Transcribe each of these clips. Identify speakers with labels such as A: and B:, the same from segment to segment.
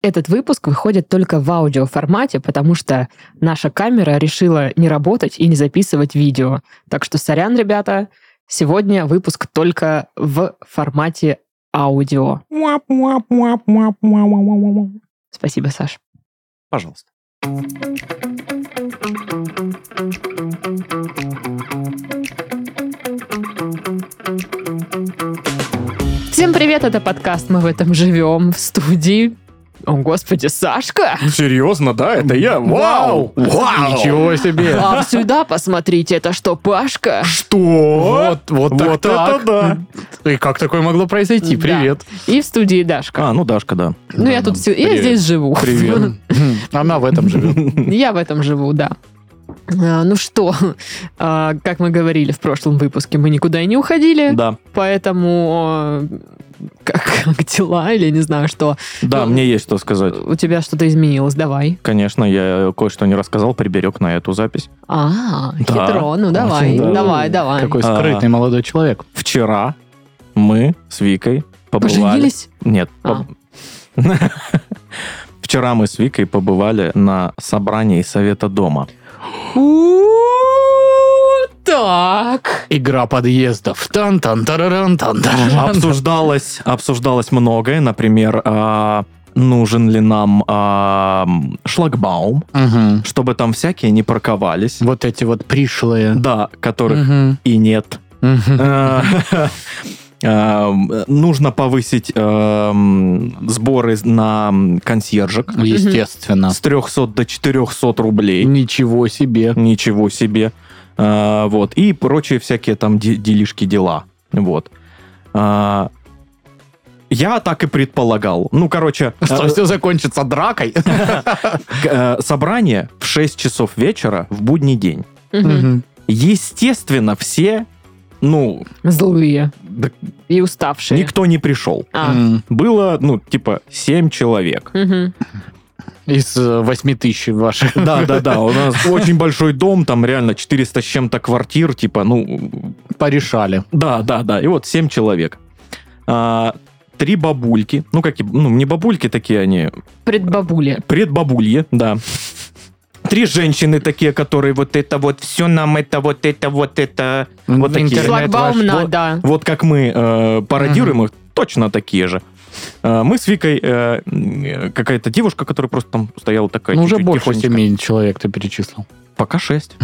A: Этот выпуск выходит только в аудиоформате, потому что наша камера решила не работать и не записывать видео. Так что сорян, ребята, сегодня выпуск только в формате аудио. Спасибо, Саш.
B: Пожалуйста.
A: Всем привет, это подкаст «Мы в этом живем» в студии. О, господи, Сашка!
B: Серьезно, да? Это я? Вау! Вау!
C: Ничего себе!
A: А сюда посмотрите, это что, Пашка?
B: Что?
C: Вот, вот, так,
B: Вот это
C: так.
B: да!
C: И как такое могло произойти?
A: Да.
C: Привет.
A: И в студии Дашка.
B: А, ну Дашка, да.
A: ну, я тут... всё- Я
B: привет.
A: здесь живу.
B: Привет.
C: Она в этом живет.
A: Я в этом живу, да. А, Ну что, а, как мы говорили в прошлом выпуске, мы никуда и не уходили,
B: Да,
A: поэтому э, как, как дела или не знаю что.
B: да, мне есть что сказать.
A: У тебя что-то изменилось, давай.
B: Конечно, я кое-что не рассказал, приберег на эту запись.
A: А,
B: Да.
A: хитро, ну давай,
B: да.
A: давай, давай.
C: Какой
B: А.
C: скрытный молодой человек.
B: Вчера мы с Викой побывали...
A: Поженились?
B: Нет.
A: А.
B: поб- Вчера мы с Викой побывали на собрании Совета Дома.
A: У, Так.
C: Игра подъездов. тан тан тараран тан
B: Обсуждалось, обсуждалось многое, например, а, нужен ли нам а, м, шлагбаум, чтобы там всякие не парковались.
C: Вот эти вот пришлые.
B: Да, которых
C: Мгм.
B: и нет.
C: Мгм.
B: Э, э, Нужно повысить э, м, сборы на м, консьержек
C: Естественно.
B: с 300 до 400 рублей.
C: Ничего себе.
B: Ничего себе. Э, Вот. И прочие всякие там де- делишки, дела. Вот. Э, Я так и предполагал. Ну, короче, э,
C: Что все закончится дракой?
B: к- э, собрание в 6 часов вечера в будний день.
A: Мгм.
B: Естественно, все, ну,
A: Злые
B: да
A: и уставшие.
B: никто не пришел.
A: А.
C: Мгм.
B: Было, ну, типа, 7 человек.
A: Мгм.
C: Из э, восьми тысяч ваших.
B: Да, да, да, у нас очень большой дом, там реально 400 с чем-то квартир, типа, ну,
C: Порешали.
B: да, да, да, и вот 7 человек. А, Три бабульки, ну, какие, ну, не бабульки такие они,
A: Предбабуля.
B: предбабульи, да. Три женщины такие, которые вот это вот все нам, это вот это вот это. Вот такие.
C: Интернет
A: Шлагбаум
C: ваш.
A: на,
B: вот-
A: да.
B: Вот как мы э, пародируем их, точно такие же. Э, Мы с Викой, э, э, какая-то девушка, которая просто там стояла такая.
C: Ну, уже
B: тихо-
C: больше
B: тихонечко.
C: семи человек ты перечислил.
B: Пока шесть.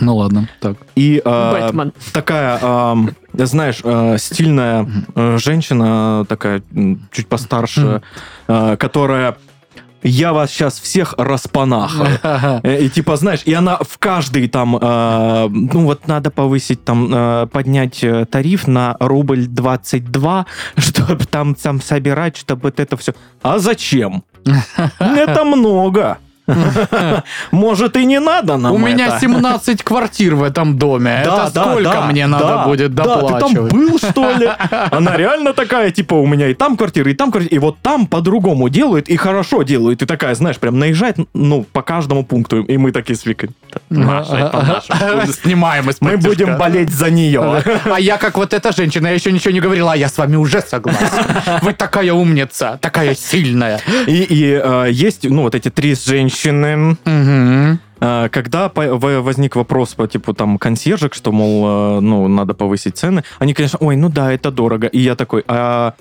C: Ну ладно, так.
B: И э,
C: А, Ну,
A: Бэтмен.
B: такая, эм, знаешь, э, стильная э, женщина, такая м, чуть постарше, э, которая «я вас сейчас всех распанахаю». Э, И типа, знаешь, и она в каждый там, э, ну вот надо повысить там, э, поднять э, тариф на рубль 22, чтобы там, там собирать, чтобы вот это все. А зачем? Это много. Может и не надо нам
C: У меня
B: это.
C: 17 квартир в этом доме.
B: Да,
C: Это
B: да,
C: сколько
B: да,
C: мне
B: да,
C: надо будет
B: Да, ты там
C: доплачивать?
B: был, что ли? Она реально такая, типа, у меня и там квартира, и там квартира, и вот там по-другому делают, и хорошо делают. И такая, знаешь, прям наезжает, ну, по каждому пункту. И мы такие с Викой. «Да, наша, это наша».
C: Снимаем из
B: Мы
C: подтяжка.
B: будем болеть за нее.
C: А я как вот эта женщина, я еще ничего не говорила, а я с вами уже согласна. Вы такая умница, такая сильная.
B: И, и, э, есть, ну, вот эти три женщины.
C: Мгм.
B: Э, когда по- в- возник вопрос по типу там консьержек, что, мол, э, ну, надо повысить цены, они, конечно, ой, ну да, это дорого. И я такой, а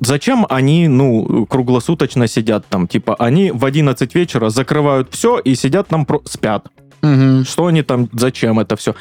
B: зачем они, ну, круглосуточно сидят там? Типа, они в 11 вечера закрывают все и сидят там, про- спят.
C: Мгм.
B: Что они там, зачем это все?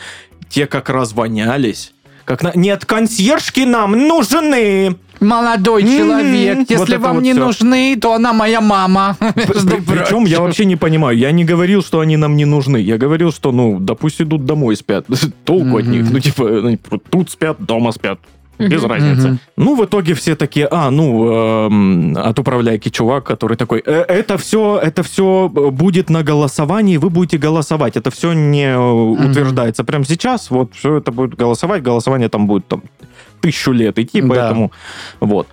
B: Те как раз вонялись. Как на... Нет, консьержки нам нужны!
C: Молодой
B: Мгм.
C: человек,
B: Вот
C: если
B: это
C: вам
B: вот
C: не
B: всё.
C: нужны, то она моя мама. между
B: При- Причем я
C: прочим.
B: вообще не понимаю. Я не говорил, что они нам не нужны. Я говорил, что, ну, да пусть идут домой спят. Толку от
C: Мгм.
B: них. Ну, типа, они тут спят, дома спят. Без
A: Мгм.
B: разницы.
C: Мгм.
B: Ну, в итоге все такие, а, ну, эм, от управляйки чувак, который такой, «Э, это все, это все будет на голосовании, вы будете голосовать. Это все не э, утверждается. Прямо сейчас вот все это будет голосовать, голосование там будет там тысячу лет идти,
C: Да.
B: поэтому вот.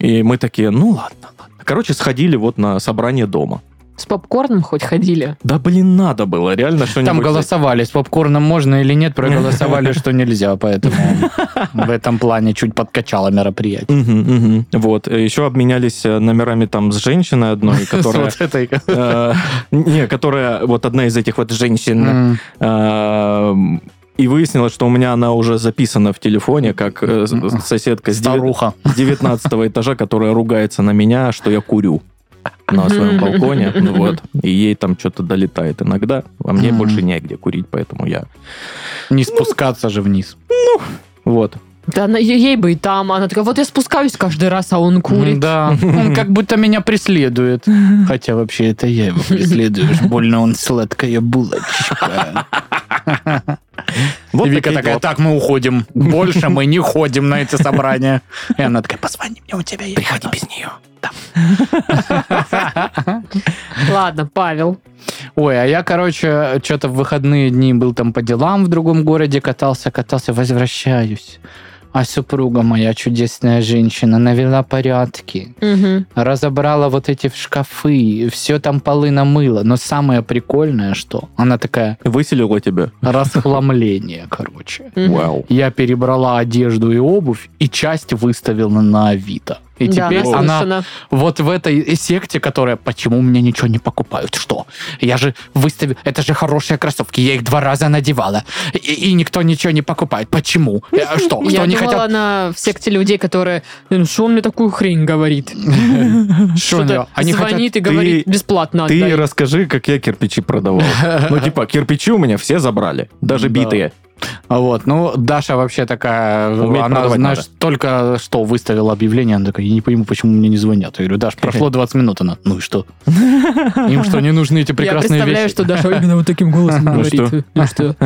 B: И мы такие, ну ладно, ладно. Короче, сходили вот на собрание дома.
A: С попкорном хоть ходили.
B: Да блин, надо было, реально что-нибудь.
C: Там голосовали, с попкорном можно или нет, проголосовали, что нельзя, поэтому в этом плане чуть подкачало мероприятие.
B: Мгм, мгм. Вот. Еще обменялись э, номерами там с женщиной одной, которая...
C: С вот этой.
B: э, Не, которая вот одна из этих вот женщин.
C: М.
B: э, И выяснилось, что у меня она уже записана в телефоне, как э, с-
C: Мгм.
B: соседка с девя-
C: Старуха.
B: с 19 этажа, которая ругается на меня, что я курю на своем балконе, Ну вот, и ей там что-то долетает иногда, а мне
C: Мгм.
B: больше негде курить, поэтому я,
C: Не спускаться же вниз.
B: вот.
A: Да она, е- ей бы и там. Она такая, вот я спускаюсь каждый раз, а он курит.
C: Да. Он как будто меня преследует. Хотя вообще это я его преследую. Уж Больно он сладкая булочка.
B: Вот
C: И Вика
B: такие
C: такая,
B: дела.
C: так, мы уходим. Больше мы не ходим на эти собрания. И она такая, позвони мне, у тебя есть.
B: Приходи без нее.
A: Ладно, Павел.
C: Ой, а я, короче, что-то в выходные дни был там по делам в другом городе, катался, катался, возвращаюсь. А супруга моя, чудесная женщина, навела порядки.
A: Мгм.
C: Разобрала вот эти в шкафы, все там полы намыла. Но самое прикольное, что она такая,
B: Выселила тебя?
C: расхламление, короче.
A: Мгм.
C: Я перебрала одежду и обувь, и часть выставила на Авито. И
A: Да,
C: теперь она
A: наслышана.
C: вот в этой секте, которая «Почему мне ничего не покупают? Что? Я же выставил... Это же хорошие кроссовки, я их два раза надевала. И, и никто ничего не покупает. Почему? Э, Что? Что
A: Я
C: они
A: думала,
C: хотят?
A: она в секте людей, которые, ну что он мне такую хрень говорит?
C: Что у
A: Что-то
C: него? Они хотят...
A: звонит и
B: ты-
A: говорит,
C: А,
A: бесплатно
B: Ты
A: отдай.
B: расскажи, как я кирпичи продавал. Ну, типа, кирпичи у меня все забрали, даже
C: Да.
B: битые.
C: А Вот, ну, Даша вообще такая,
B: Умеет
C: она,
B: продавать
C: знаешь,
B: надо.
C: только что выставила объявление, она такая, я не пойму, почему мне не звонят. Я говорю, Даша, прошло 20 минут, она, ну и что? Им что, не нужны эти
A: Я
C: прекрасные
A: представляю,
C: вещи?
A: что Даша именно вот таким голосом
B: Ну
A: говорит.
B: что?
A: Ну что?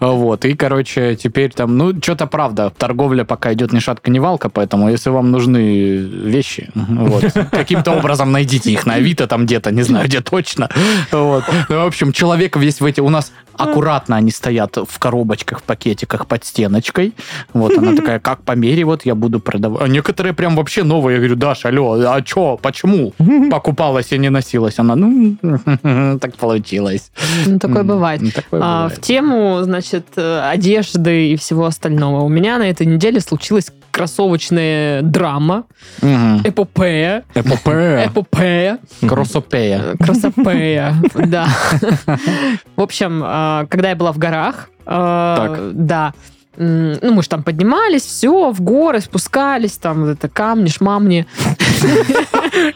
C: Вот, и, короче, теперь там, ну, что-то правда, торговля пока идет ни шатка, ни валка, поэтому если вам нужны вещи, вот, каким-то образом найдите их на Авито там где-то, не знаю, где точно. Вот. Ну, в общем, человек весь в эти... У нас аккуратно они стоят в коробочках, в пакетиках под стеночкой. Вот она такая, как по мере, вот я буду продавать. А некоторые прям вообще новые. Я говорю, Даша, алло, а чё, почему покупалась и не носилась? Она, ну, так получилось.
A: Ну, такое бывает.
C: М, такое
A: А,
C: бывает.
A: в тему, значит, э, одежды и всего остального. У меня на этой неделе случилась кроссовочная драма,
C: Мгм.
A: эпопея,
B: Эпопея.
A: эпопея,
C: Кроссопея.
A: э, красопея, да. В общем, э, когда я была в горах, э,
B: Так.
A: да, м, ну, мы же там поднимались, все, в горы спускались, там, вот это камни, шмамни.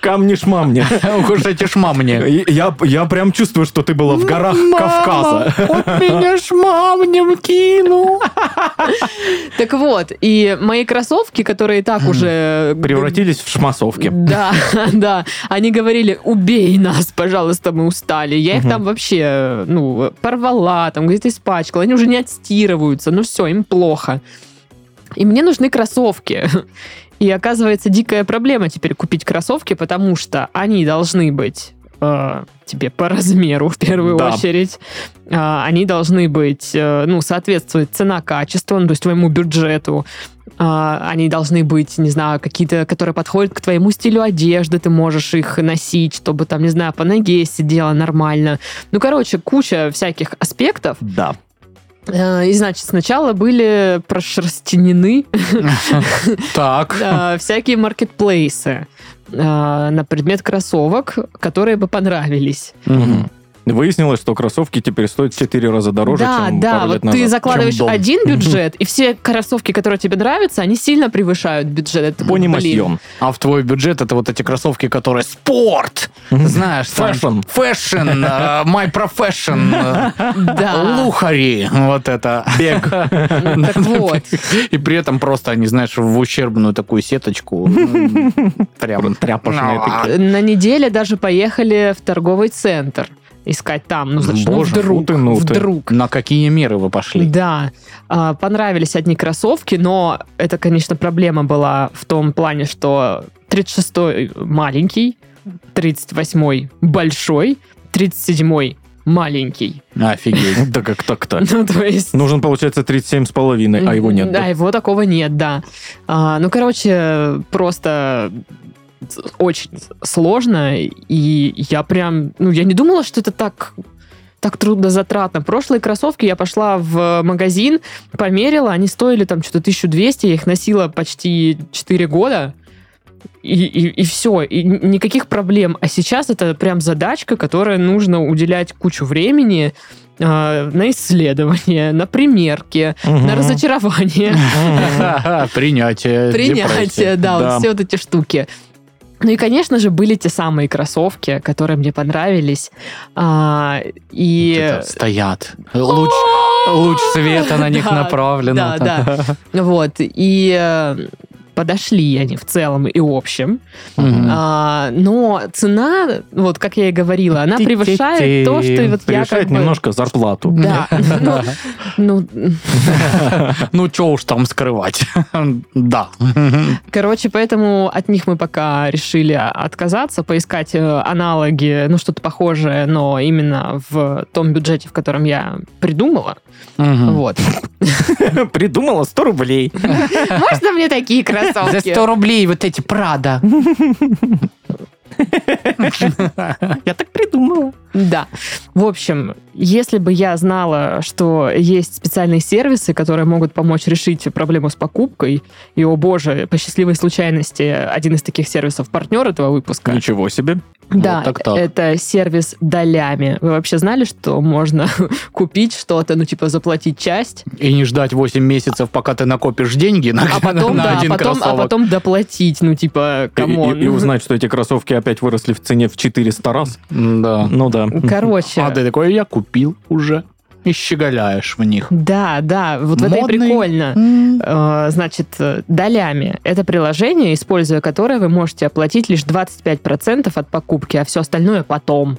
B: Камни шмамни.
C: Э, Уж эти шма мне.
B: И Я, я прям чувствую, что ты была в горах Кавказа.
C: Он меня шмамнем кинул.
A: Так вот, и мои кроссовки, которые и
C: Хм,
A: так уже...
B: Превратились в шмасовки.
A: Да, да. Они говорили, убей нас, пожалуйста, мы устали. Я их
B: Мгм.
A: там вообще, ну, порвала, там где-то испачкала. Они уже не отстирываются, ну все, им плохо. И мне нужны кроссовки. И оказывается, дикая проблема теперь купить кроссовки, потому что они должны быть э, тебе по размеру в первую
B: Да.
A: очередь. А, они должны быть, э, ну, соответствовать цена-качество, ну, то есть твоему бюджету. А, они должны быть, не знаю, какие-то, которые подходят к твоему стилю одежды, ты можешь их носить, чтобы там, не знаю, по ноге сидела нормально. Ну, короче, куча всяких аспектов.
B: Да.
A: Э, И, значит, сначала были прошерстенены
C: Так.
A: э, всякие маркетплейсы э, на предмет кроссовок, которые бы понравились.
B: Мгм. Выяснилось, что кроссовки теперь стоят в 4 раза дороже,
A: да,
B: чем
A: да,
B: пару
A: вот
B: лет
A: ты
B: назад.
A: закладываешь
C: Чем дом.
A: один бюджет, и все кроссовки, которые тебе нравятся, они сильно превышают бюджет. Это,
B: Пони
A: блин,
B: мосьем.
C: А в твой бюджет это вот эти кроссовки, которые спорт. Знаешь, там
B: Фэшн.
C: Фэшн. э, My profession. э,
A: Да.
C: Лухари. Вот это. Бег.
A: Так вот.
C: И при этом просто они, знаешь, в ущербную такую сеточку. ну, Прям Ну,
B: тряпочные
C: а
B: такие.
A: На неделе даже поехали в торговый центр искать там. Ну, значит, ну,
B: Боже, ну
A: вдруг.
B: ты, ну ты.
A: вдруг.
C: На какие меры вы пошли?
A: Да, А, понравились одни кроссовки, но это, конечно, проблема была в том плане, что 36-й маленький, 38-й большой, 37-й маленький.
C: Офигеть.
B: Да как так-то?
A: Ну, то есть...
B: Нужен, получается, 37,5, а его нет.
A: Да, его такого нет, да. А, ну, короче, просто очень сложно, и я прям, ну, я не думала, что это так так трудозатратно. Прошлые кроссовки я пошла в магазин, померила, они стоили там что-то 1200, я их носила почти 4 года, и, и, и все, и никаких проблем. А сейчас это прям задачка, которая нужно уделять кучу времени э, на исследование, на примерки,
B: Мгм.
A: на разочарование.
C: Принятие.
A: Принятие, да,
B: Да.
A: вот все вот эти штуки. Ну и, конечно же, были те самые кроссовки, которые мне понравились. А, и...
C: депрессии. Стоят. Луч, луч света на них
A: Да,
C: направлен.
A: да, да. Вот. И э, подошли они в целом и общем.
C: Мгм.
A: А, но цена, вот как я и говорила, она превышает то, что вот я как
B: Превышает
A: бы-
B: немножко зарплату.
A: Да. Ну, Ну,
C: Ну, что уж там скрывать. Да.
A: Короче, поэтому от них мы пока решили отказаться, поискать э, аналоги, ну, что-то похожее, но именно в том бюджете, в котором я придумала.
C: Мгм.
A: Вот.
B: Придумала 100 рублей.
A: Можно мне такие кроссовки?
C: За 100 рублей вот эти Прада.
B: Я так придумала.
A: Да. В общем, если бы я знала, что есть специальные сервисы, которые могут помочь решить проблему с покупкой, и, о боже, по счастливой случайности, один из таких сервисов партнер этого выпуска.
B: Ничего себе.
A: Да,
C: Вот так-так.
A: это сервис долями. Вы вообще знали, что можно купить что-то, ну, типа, заплатить часть,
C: И не ждать 8 месяцев, пока ты накопишь деньги на,
A: а потом,
C: на
A: да, а
C: один
A: потом, а
C: кроссовок.
A: потом доплатить, ну, типа,
B: И,
A: камон.
B: и- и узнать, что эти кроссовки опять выросли в цене в 400 раз.
C: Да.
B: Ну да.
A: Короче,
C: А ты такой, я купил уже. И щеголяешь в них.
A: да, да, вот это и
C: Модный.
A: прикольно. Э, значит, э, долями. Это приложение, используя которое вы можете оплатить лишь 25% от покупки, а все остальное потом.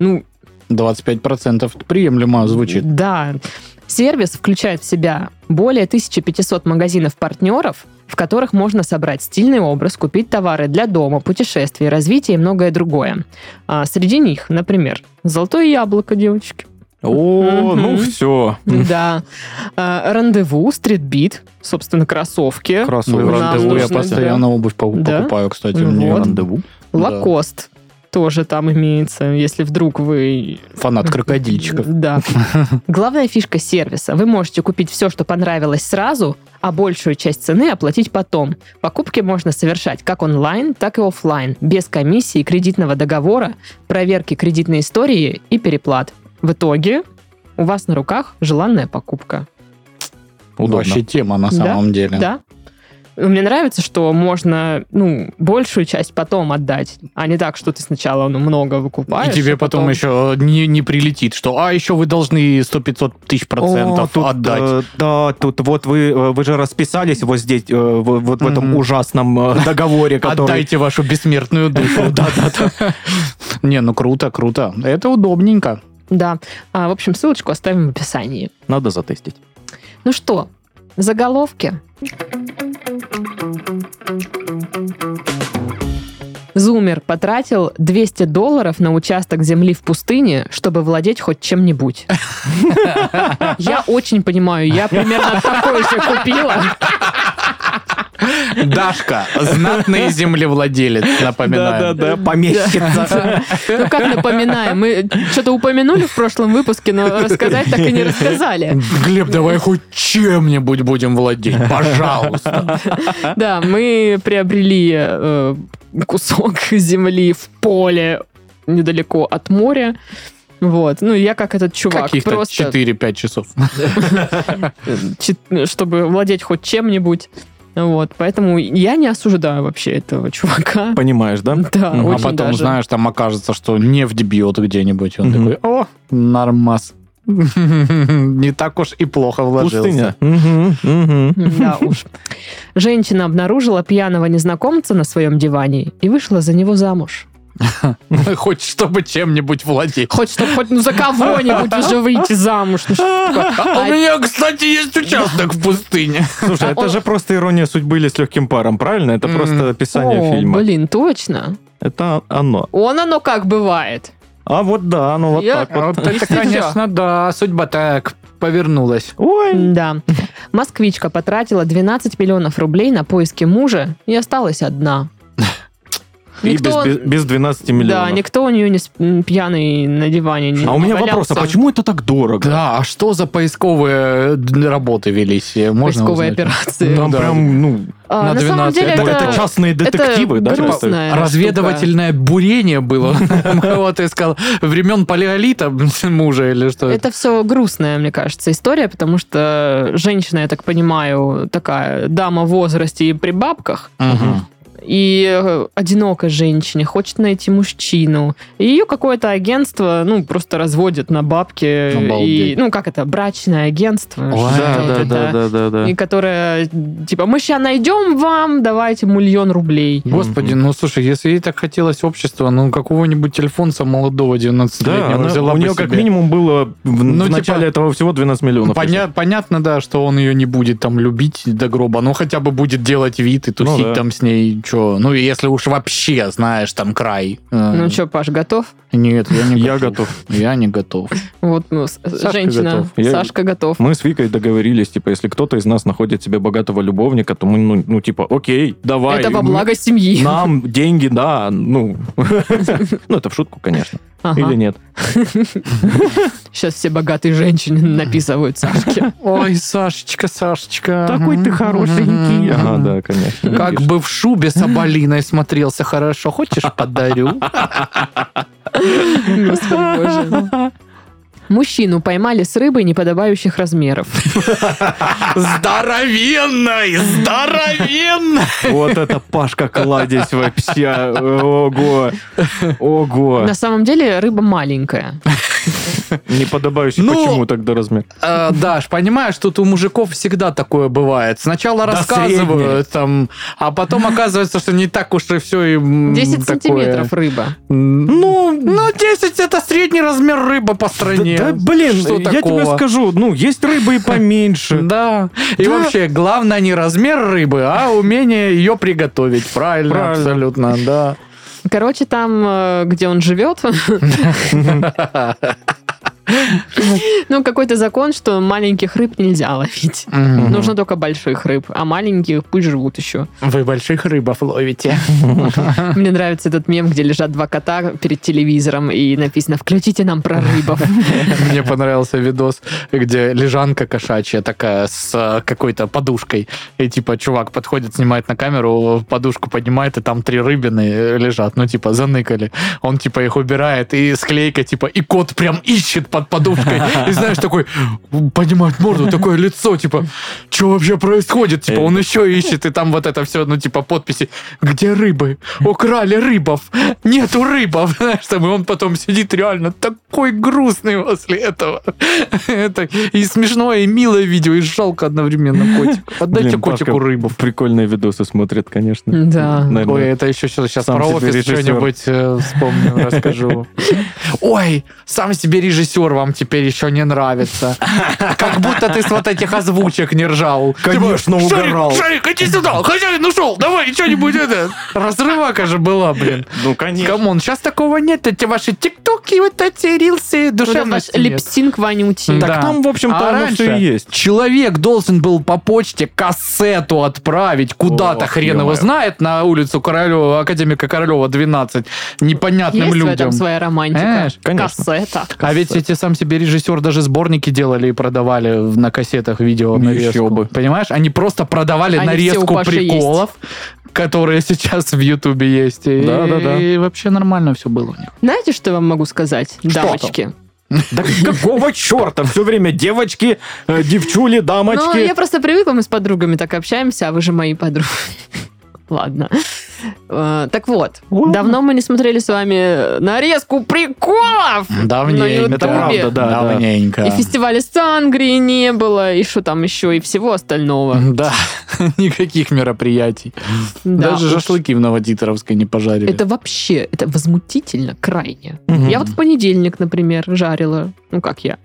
A: Ну,
C: 25% приемлемо звучит.
A: Да. Сервис включает в себя более 1500 магазинов-партнеров, в которых можно собрать стильный образ, купить товары для дома, путешествий, развития и многое другое. А среди них, например, золотое яблоко, девочки.
B: О, ну
A: Мгм.
B: все.
A: Да. А, Рандеву, стритбит, собственно, кроссовки.
C: Ну,
B: Кроссовки.
A: нам
C: рандеву я
A: нужны,
C: постоянно обувь по-
A: Да?
C: покупаю, кстати, мне
A: Вот.
C: рандеву.
A: Лакост тоже там имеется, если вдруг вы
C: Фанат крокодильчиков.
A: Да. Главная фишка сервиса. Вы можете купить все, что понравилось сразу, а большую часть цены оплатить потом. Покупки можно совершать как онлайн, так и оффлайн, без комиссии, кредитного договора, проверки кредитной истории и переплат. В итоге у вас на руках желанная покупка.
B: Удобно.
C: Вообще тема на
A: Да?
C: самом деле.
A: Да? Мне нравится, что можно, ну, большую часть потом отдать, а не так, что ты сначала ну, много
C: И
A: выкупаешь.
C: тебе
A: а
C: потом, еще не, не прилетит, что а еще вы должны 100-500 тысяч
B: О,
C: процентов
B: тут,
C: отдать.
B: э, да, тут вот вы, э, вы же расписались вот здесь, э, в- вот в этом
C: Мгм.
B: ужасном э, договоре, который...
C: Отдайте вашу бессмертную душу. Не, ну круто, круто. Это удобненько.
A: Да. А, в общем, ссылочку оставим в описании.
B: Надо затестить.
A: Ну что, заголовки? Зумер потратил 200 долларов на участок земли в пустыне, чтобы владеть хоть чем-нибудь. Я очень понимаю, я примерно такое же купила.
C: Дашка, знатный землевладелец, напоминаю.
B: Да-да-да, помещица.
A: Ну как напоминаем, мы что-то упомянули в прошлом выпуске, но рассказать так и не рассказали.
C: Глеб, давай хоть чем-нибудь будем владеть, пожалуйста.
A: Да, мы приобрели э, кусок земли в поле недалеко от моря. Вот. Ну, я как этот чувак.
C: Каких-то
A: просто, э,
C: 4-5 часов.
A: чит- чтобы владеть хоть чем-нибудь. Вот. Поэтому я не осуждаю вообще этого чувака.
B: Понимаешь, да?
A: Да,
C: А
A: очень
C: потом,
A: даже.
C: знаешь, там окажется, что нефть бьет где-нибудь. и Он
B: Мгм.
C: такой, о, нормас. Не так уж и плохо
B: Пустыня.
C: вложился.
B: Мгм, мгм.
A: Да уж. Женщина обнаружила пьяного незнакомца на своем диване и вышла за него замуж.
C: Хоть чтобы чем-нибудь владеть.
A: Хоть чтоб хоть ну за кого-нибудь уже выйти замуж. Ну, что такое?
C: А у меня, кстати, есть участок в пустыне.
A: А
B: Слушай, это же просто ирония судьбы или с легким паром, правильно? Это
C: Мгм.
B: просто описание
A: О,
B: фильма.
A: Блин, точно.
B: Это оно.
A: Он оно как бывает.
B: А вот да, ну вот
A: Я-
B: так
C: А
B: вот.
A: это, конечно,
C: да, судьба так повернулась.
B: Ой,
A: Да. Москвичка потратила 12 миллионов рублей на поиски мужа и осталась одна.
B: И без,
A: Никто-
B: без- без 12 миллионов.
A: Да, никто у нее не с- м, пьяный на диване не
B: А у меня вопрос,
A: валялся.
B: а почему это так дорого?
C: Да, а что за поисковые д- работы велись? Можно
A: Поисковые
C: узнать?
A: операции.
C: Да.
B: Там прям, ну,
A: А,
C: на
A: на самом
C: 12.
A: деле
B: это,
A: это...
B: частные
A: это
B: детективы, да?
A: грустная
B: просто?
A: штука.
C: Разведывательное бурение было. Вот ты сказал, времен палеолита мужа или что?
A: Это все грустная, мне кажется, история, потому что женщина, я так понимаю, такая дама в возрасте и при бабках,
C: Мгм.
A: и э, одинокой женщине, хочет найти мужчину. И ее какое-то агентство, ну, просто разводит на бабки.
C: Обалдеть.
A: И, ну, как это, брачное агентство.
C: Ой,
A: что-то
B: Да,
A: вот
B: да,
A: это.
B: да, да, да, да.
A: И которое, типа, мы сейчас найдем вам, давайте миллион рублей.
C: Господи, ну слушай, если ей так хотелось общества, ну какого-нибудь телефонца молодого 19-летнего
B: Да, она-
C: взяла
B: у
C: бы
B: нее как
C: себе.
B: минимум было в, в
C: Ну, типа,
B: начале этого всего 12 миллионов.
C: Ну, Поня- понятно, да, что он ее не будет там любить до гроба, но хотя бы будет делать вид и тусить
B: Ну, да.
C: там с ней, что. Ну, если уж вообще знаешь там край. Э,
A: Ну что, Паш, готов?
C: Нет, я не
B: Я готов.
C: Я не готов.
A: Вот, ну, с- женщина,
B: готов. Я-
A: Сашка готов.
B: Мы с Викой договорились, типа, если кто-то из нас находит себе богатого любовника, то мы, ну, ну, типа, окей, давай.
A: Это во благо семьи.
B: Нам деньги, да, ну. Ну, это в шутку, конечно. Или нет.
A: Сейчас все богатые женщины написывают Сашке.
C: Ой, Сашечка, Сашечка.
B: Ага, да, конечно.
C: Как
B: Видишь.
C: бы в шубе соболиной смотрелся хорошо. Хочешь, подарю?
A: Господи боже. Мужчину поймали с рыбой неподобающих размеров.
C: Здоровенной! Здоровенной!
B: Вот это Пашка кладезь вообще. Ого.
C: Типа.
B: Ого.
A: На самом деле рыба маленькая.
B: Неподобающий
C: Ну,
B: почему тогда размер.
C: Э, Даш, понимаешь, тут у мужиков всегда такое бывает. Сначала
B: Да
C: рассказывают там, а потом оказывается, что не так уж и все и м,
A: 10
C: такое.
A: сантиметров рыба.
C: М,
B: Ну,
C: Ну, 10 это средний размер рыбы по стране.
B: да, блин,
C: Что
B: я
C: такого?
B: тебе скажу, ну, есть рыбы и поменьше.
C: Да. И
B: Да.
C: вообще, главное не размер рыбы, а умение ее приготовить. Правильно,
B: Правильно.
C: абсолютно, да.
A: Короче, там, э, где он живет, ну, какой-то закон, что маленьких рыб нельзя ловить.
B: Мгм.
A: Нужно только больших рыб, а маленьких пусть живут еще.
C: Вы больших рыбов ловите.
A: Мне нравится этот мем, где лежат два кота перед телевизором и написано «Включите нам про рыбов».
C: Мне понравился видос, где лежанка кошачья такая с э, какой-то подушкой. И типа чувак подходит, снимает на камеру, подушку поднимает, и там три рыбины э, лежат. Ну типа заныкали. Он типа их убирает, и склейка типа, и кот прям ищет под подушкой. И знаешь, такой поднимает морду, такое лицо, типа, что вообще происходит? Типа он еще ищет, и там вот это все, ну типа подписи, где рыбы? Украли рыбов! Нету рыбов! Знаешь, там, и он потом сидит реально такой грустный после этого. Это и смешное, и милое видео, и жалко одновременно котик. Отдайте
B: Блин,
C: котику
B: Пашка
C: рыбов.
B: Прикольные видосы смотрят, конечно.
A: Да.
B: Наверное.
C: Ой, это еще что-то сейчас
B: Сам
C: про
B: себе
C: офис
B: режиссер.
C: что-нибудь э, вспомню, расскажу. Ой, сам себе режиссер вам теперь еще не нравится. Как будто ты с вот этих озвучек не ржал.
B: Конечно,
C: Типа,
B: угорал.
C: Шарик, Шарик, иди сюда, хозяин ушел, давай, что-нибудь это. Разрывака же была, блин.
B: Ну, конечно.
C: Камон, сейчас такого нет, эти ваши тиктоки, вот эти рилсы, душевности нет.
A: Липсинг вонючий.
C: Да.
B: Так там, в общем-то,
C: А
B: оно все и
C: раньше
B: есть.
C: Человек должен был по почте кассету отправить куда-то,
B: О,
C: хрен его
B: ё-моё.
C: знает, на улицу Королева, Академика Королева 12, непонятным
A: Есть в
C: людям.
A: этом своя романтика.
C: Знаешь,
B: конечно.
A: Кассета.
C: А ведь эти сам себе режиссер даже сборники делали и продавали в- на кассетах видео
B: Ну,
C: нарезку.
B: ещё бы.
C: Понимаешь? Они просто продавали
A: Они все у
C: нарезку
A: Паши
C: приколов, которые сейчас в Ютубе есть. И,
B: Да-да-да.
C: и вообще нормально все было у них.
A: Знаете, что я вам могу сказать, дамочки?
B: Да какого черта? Все время девочки, э, девчули,
A: Ну,
B: дамочки.
A: я просто привыкла, мы с подругами так общаемся, а вы же мои подруги. Ладно. Э, Так вот,
B: Ладно.
A: давно мы не смотрели с вами нарезку приколов!
C: Давненько.
A: Ютубе.
B: Это правда, да, да.
C: Давненько.
A: И фестиваля Сангрии не было, и что там еще, и всего остального.
C: Да, никаких мероприятий.
A: Да.
C: Даже шашлыки в Новотитровской не пожарили.
A: Это вообще, это возмутительно крайне.
B: Мгм.
A: Я вот в понедельник, например, жарила. Ну, как я.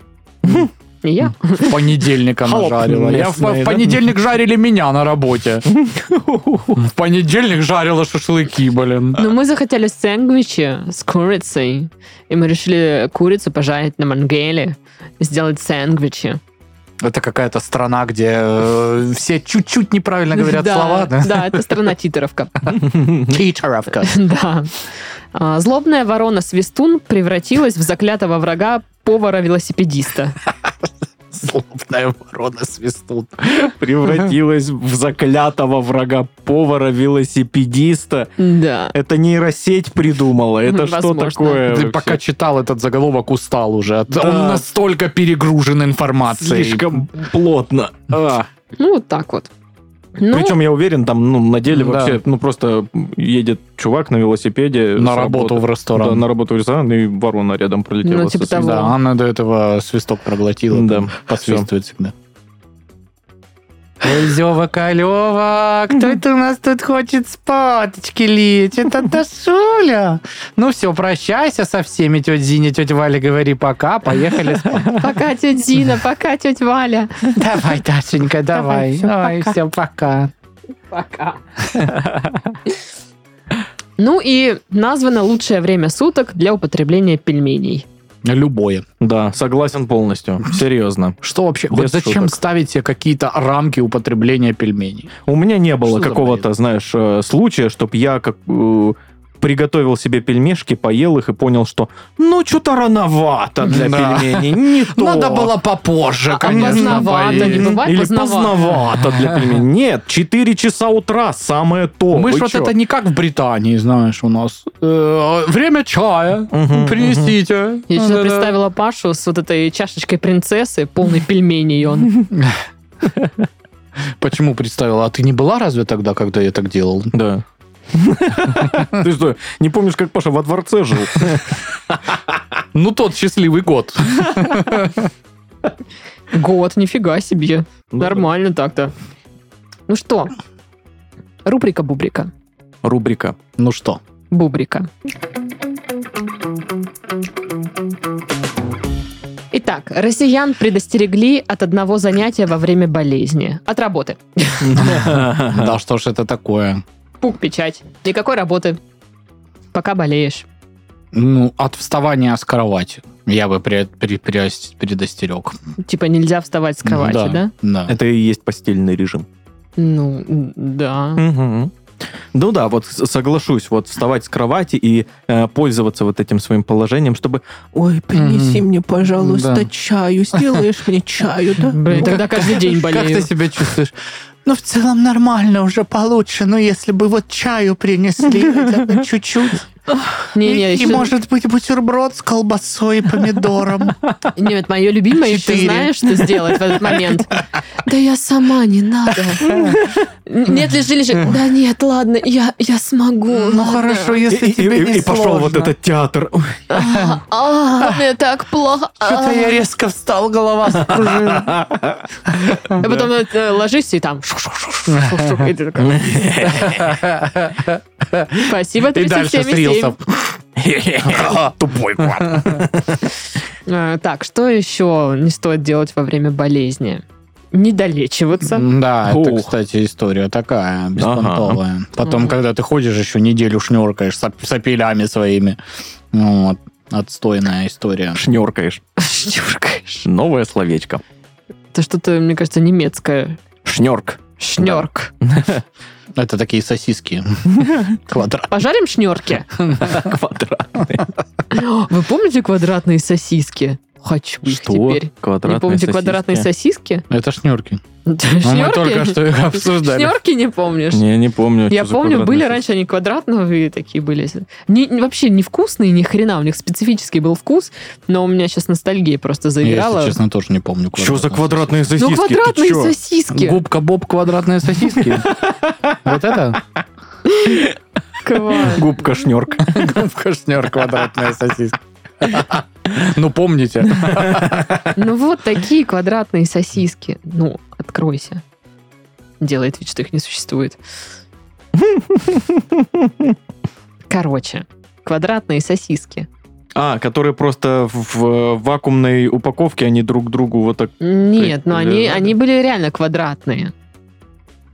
A: Не я.
C: В понедельник она
B: Холоп
C: жарила. Я в,
B: местный,
C: в
B: да?
C: понедельник жарили меня на работе. В понедельник жарила шашлыки, блин.
A: Но Ну, мы захотели сэндвичи с курицей. И мы решили курицу пожарить на мангеле, сделать сэндвичи.
C: Это какая-то страна, где э, все чуть-чуть неправильно говорят
A: Да,
C: слова. да?
A: Да, это страна титеровка.
C: Чичаровка.
A: Да. А, Злобная ворона Свистун превратилась в заклятого врага повара-велосипедиста.
C: Злобная ворона свистут.
B: Превратилась в заклятого врага повара-велосипедиста.
A: Да.
B: Это нейросеть придумала. Это что
A: Возможно.
B: такое?
C: Ты
B: вообще?
C: пока читал этот заголовок, устал уже.
B: Да.
C: Он настолько перегружен информацией.
B: Слишком плотно.
C: А,
A: Ну, вот так вот. Ну,
B: Причем, я уверен, там, ну, на деле
C: Да.
B: вообще, ну, просто едет чувак на велосипеде.
C: на
B: с
C: работу
B: работы.
C: в ресторан.
B: Да, на работу в ресторан, и ворона рядом пролетела.
A: Ну, типа
B: со свист-
A: того.
C: Да, она до этого свисток проглотила.
B: Да.
C: там Посвистывает всегда. Эльзева Калева, кто это у нас тут хочет спаточки лить? Это Ташуля. Ну все, прощайся со всеми, тетя Зиня, тетя Валя, говори пока, поехали спать.
A: пока тетя Зина, пока тетя Валя.
C: Давай, Дашенька,
A: Давай,
C: давай.
A: всё,
C: Давай,
A: пока.
C: все, пока.
A: Пока. Ну и названо лучшее время суток для употребления пельменей.
C: Любое.
B: Да, согласен полностью. Серьезно.
C: Что вообще?
B: Без
C: вот зачем
B: шуток.
C: ставить себе какие-то рамки употребления пельменей?
B: У меня не было
C: Что за
B: какого-то,
C: бред?
B: знаешь, э, случая, чтобы я как э, приготовил себе пельмешки, поел их и понял, что ну что-то рановато для
C: Да.
B: пельменей, не то.
C: Надо было попозже,
A: А
C: конечно.
A: поздновато, не
C: поесть.
A: бывает
B: Или
A: поздновато.
B: поздновато для пельменей. Нет, 4 часа утра самое то.
C: Мы
B: Вы
C: ж вот
B: чё?
C: это не как в Британии, знаешь, у нас. Э, время чая.
B: Мгм,
C: Принесите.
A: Я
C: Да-да.
A: сейчас представила Пашу с вот этой чашечкой принцессы, полной пельменей он.
C: Почему представила? А ты не была разве тогда, когда я так делал?
B: Да. Ты что, не помнишь, как Паша во дворце жил?
C: Ну, тот счастливый год.
A: Год, нифига себе. Нормально так-то. Ну что, рубрика Бубрика.
B: Рубрика.
C: Ну что?
A: Бубрика. Итак, россиян предостерегли от одного занятия во время болезни. От работы.
C: Да что ж это такое?
A: Пук, печать. Никакой работы. Пока болеешь.
C: Ну, от вставания с кровати. Я бы пре- пре- пре- предостерег.
A: Типа нельзя вставать с кровати, да?
C: Да.
B: Это и есть постельный режим.
A: Ну, м, да.
B: Мгм. Ну да, вот с- соглашусь, вот вставать с кровати и э, пользоваться вот этим своим положением, чтобы, ой, принеси
C: Мгм.
B: мне, пожалуйста,
C: Да.
B: чаю, сделаешь мне чаю, да?
A: Блин,
C: Ну,
A: тогда каждый день
C: Как ты
A: болею.
C: себя чувствуешь? Ну, в целом нормально, уже получше. Ну, если бы вот чаю принесли хотя бы чуть-чуть.
A: Не-не, еще-
C: быть, бутерброд с колбасой и помидором.
A: Нет, мое любимое, ты
C: Четыре.
A: знаешь, что сделать в этот момент? Да я сама, не надо. Нет, лежи, лежи. Да нет, ладно, я, я смогу.
C: Ну,
A: ладно.
B: И, и- и- и пошел вот этот театр. Ой,
A: А, а, мне так плохо. А.
C: резко встал, голова закружилась.
A: А потом э, ложись и там. шух-шух-шух-шух-шух, и ты такой, Спасибо,
C: И дальше
A: 37,7».
C: с рилсом.
B: Тупой кот.
A: А, Так, что еще не стоит делать во время болезни? Не долечиваться.
C: Да, это,
B: Ух.
C: кстати, история такая, беспонтовая. Потом,
A: Мгм.
C: когда ты ходишь еще неделю шнеркаешь соп- сопелями своими. Ну, вот, отстойная история.
B: Шнеркаешь.
A: Шнёркаешь.
B: Новое словечко.
A: Это что-то, мне кажется, немецкое.
B: Шнерк.
A: Шнерк.
C: Это такие сосиски. Квадрат.
A: Пожарим шнерки.
B: Квадрат.
A: Вы помните квадратные сосиски? Хочу их теперь. Не
B: Квадратные
A: помните
B: сосиски?
A: квадратные сосиски?
C: Это шнерки. Ну, Мы
A: Шнёрки?
C: только что их обсуждали.
A: Шнёрки не помнишь?
B: Не, не помню.
A: Я
B: что за
A: помню,
B: квадратные
A: были
B: сосиски.
A: раньше они квадратные такие были. Не, не- вообще невкусные, ни хрена. У них специфический был вкус, но у меня сейчас ностальгия просто
C: Я,
A: заиграла.
C: если честно, тоже не помню.
B: Что за квадратные сосиски?
A: ну,
B: Ты
A: квадратные
B: чё?
A: сосиски.
C: Губка Боб квадратные сосиски. Вот это?
A: Ква-
B: Губка шнерк.
C: Губка шнер квадратные сосиски. Ну, помните.
A: Ну, вот такие квадратные сосиски. Ну, откройся. Делает вид, что их не существует. Короче, квадратные сосиски.
B: А, которые просто в в вакуумной упаковке, они друг другу вот так...
A: Нет, но они,
B: Прикольно.
A: они были реально квадратные.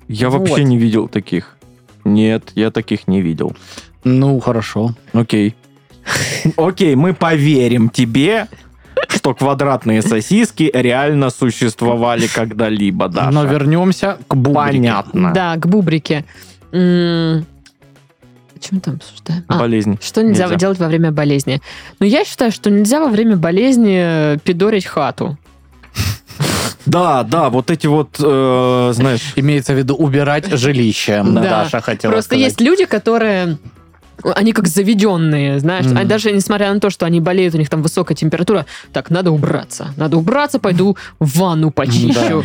B: Я
A: Вот.
B: вообще не видел таких. Нет, я таких не видел.
C: Ну, хорошо.
B: Окей. Окей, мы поверим тебе, что квадратные сосиски реально существовали когда-либо, да.
C: Но вернемся к бубрике.
B: Понятно.
A: Да, к бубрике. М, О чем там обсуждаем? А,
B: Болезнь.
A: что нельзя,
B: нельзя.
A: делать во время болезни? Ну, я считаю, что нельзя во время болезни э, пидорить хату.
B: Да, да, вот эти вот, э, знаешь,
C: Имеется в виду убирать жилище,
A: Да.
C: Даша хотела
A: Просто
C: сказать.
A: есть люди, которые они как заведенные, знаешь,
C: Мгм.
A: а даже несмотря на то, что они болеют, у них там высокая температура, так, надо убраться, надо убраться, пойду в ванну почищу.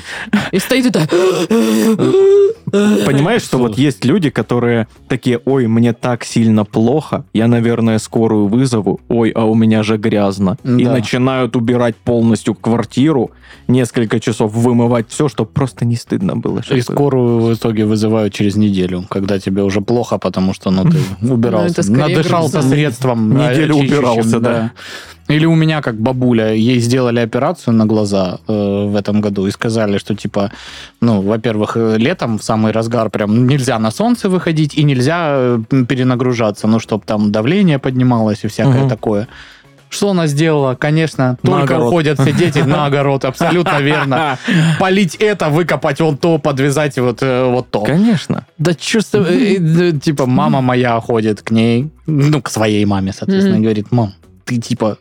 A: И стоит и так,
B: понимаешь, что вот есть люди, которые такие, ой, мне так сильно плохо, я, наверное, скорую вызову, ой, а у меня же грязно. И
C: Да.
B: начинают убирать полностью квартиру, несколько часов вымывать все, чтобы просто не стыдно было. что
C: И
B: было.
C: скорую в итоге вызывают через неделю, когда тебе уже плохо, потому что ну ты убирался.
A: это скорее
C: надышался
A: грустно.
C: средством.
B: Неделю
C: очищающим,
B: убирался, да.
C: Или у меня, как бабуля, ей сделали операцию на глаза э, в этом году и сказали, что типа, ну, во-первых, э, летом в самый разгар прям нельзя на солнце выходить и нельзя э, м, перенагружаться, ну, чтобы там давление поднималось и всякое
B: Мгм.
C: такое. Что она сделала? Конечно,
B: На
C: только
B: огород.
C: уходят все дети на огород, абсолютно верно
B: А,
C: полить это, выкопать вон то, подвязать вот, э, вот то.
B: Конечно.
C: Да чувство, э, э, э, типа, мама моя ходит к ней, ну, к своей маме, соответственно,
A: Мгм.
C: и говорит, мам, ты, типа,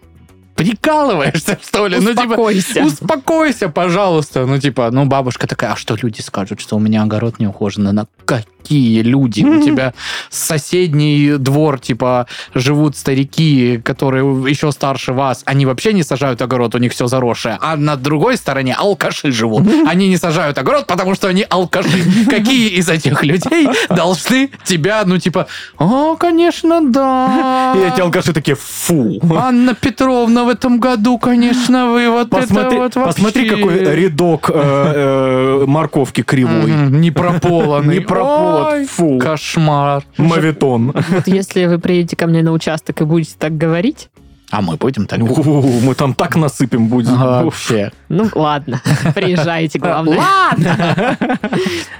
C: прикалываешься, что ли? Ну, типа,
A: успокойся.
C: успокойся, пожалуйста. Ну, типа, ну, бабушка такая, а что люди скажут, что у меня огород не ухожен? Она, какие люди? У тебя соседний двор, типа, живут старики, которые еще старше вас, они вообще не сажают огород, у них все заросшее. А на другой стороне алкаши живут. Они не сажают огород, потому что они алкаши. Какие из этих людей должны тебя, ну, типа, о, конечно, да.
B: И эти алкаши такие, фу.
C: Анна Петровна в этом году, конечно, вы вот
B: Посмотри,
C: это вот вообще...
B: посмотри, какой рядок э, э, морковки кривой.
C: Мгм, Не прополанный.
B: Не прополот,
C: Ой,
B: фу.
C: Кошмар.
B: Мавитон.
A: Вот если вы приедете ко мне на участок и будете так говорить,
C: А мы будем так
B: У, Мы там так насыпем будем. Уф.
C: Вообще.
A: ну ладно, приезжайте, главное. Ладно!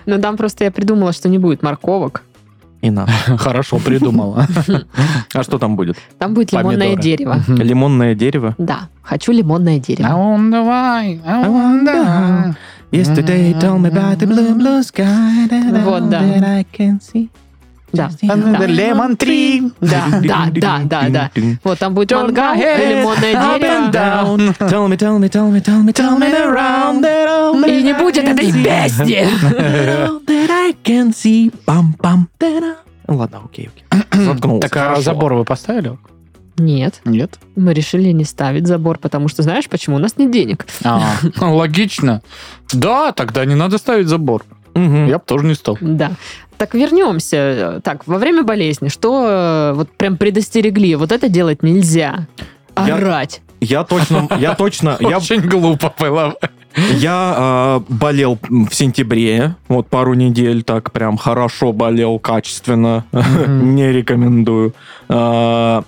A: Но там просто я придумала, что не будет морковок,
B: И на.
C: Хорошо придумала.
B: А что там будет?
A: там будет лимонное
C: Помидоры.
A: дерево.
C: Мгм.
B: Лимонное дерево.
A: Да, хочу лимонное дерево.
C: I wonder why, I wonder.
B: Yesterday you told me about the blue, blue sky that
A: Вот,
B: all
A: да.
B: that I can see.
A: Да,
C: And the
A: да.
C: lemon tree.
A: Да, да, да, да, да. Вот там будет
C: Turn
A: мангал,
C: my head
A: лимонное
C: up and
A: дерево.
C: down.
B: Tell me, tell me, tell me, tell me, tell me the round that all that
A: И не
B: I
A: будет
B: can
A: этой
B: see.
A: песни.
B: That all that I can see. Пам-пам. That all- Ну Ладно, окей, окей. Заткнулся.
C: Так а
B: Хорошо.
C: забор вы поставили?
A: Нет,
C: Нет.
A: мы решили не ставить забор, потому что знаешь почему? У нас нет денег.
C: А, Логично. Да, тогда не надо ставить забор.
B: Мгм.
C: Я бы тоже не стал.
A: Да. Так вернемся. Так, во время болезни, что э, вот прям предостерегли? Вот это делать нельзя.
B: Я-
A: Орать.
B: Я точно, я точно, я
C: Очень глупо было.
B: Я э, болел в сентябре, вот пару недель так прям хорошо болел, качественно,
C: Мгм.
B: не рекомендую. Э,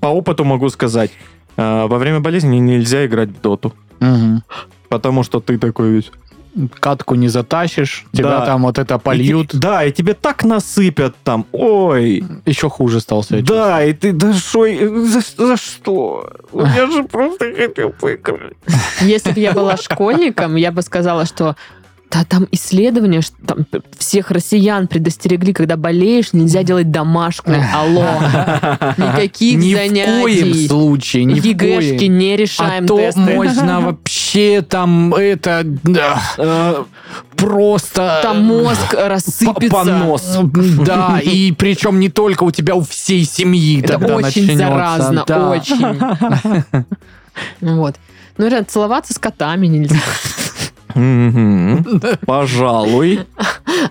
B: по опыту могу сказать, э, во время болезни нельзя играть в доту,
C: Мгм.
B: потому что ты такой весь...
C: катку не затащишь, тебя
B: Да.
C: там вот это
B: И
C: польют.
B: те- да, и тебе так насыпят там, ой,
C: Еще хуже стал себя чувствовать.
B: да, и ты, да шо, и- за, за что? Я же просто хотел поиграть.
A: Если бы я была школьником, я бы сказала, что да, там исследования, что там всех россиян предостерегли, когда болеешь, нельзя делать домашку. Алло. Никаких
C: Ни в коем
A: занятий.
C: случае, ни в
A: ЕГЭшки
C: коем.
A: не
C: А
A: решаем
C: то
A: тесты.
C: можно вообще там это да,
B: Э,
C: просто... э,
A: Там мозг рассыпется.
B: понос.
C: Да, и причем не только у тебя, у всей семьи
A: Это
C: тогда
A: очень
C: начнется.
A: заразно,
C: Да.
A: очень. Вот. Ну, реально, целоваться с котами нельзя.
B: мгм. Пожалуй.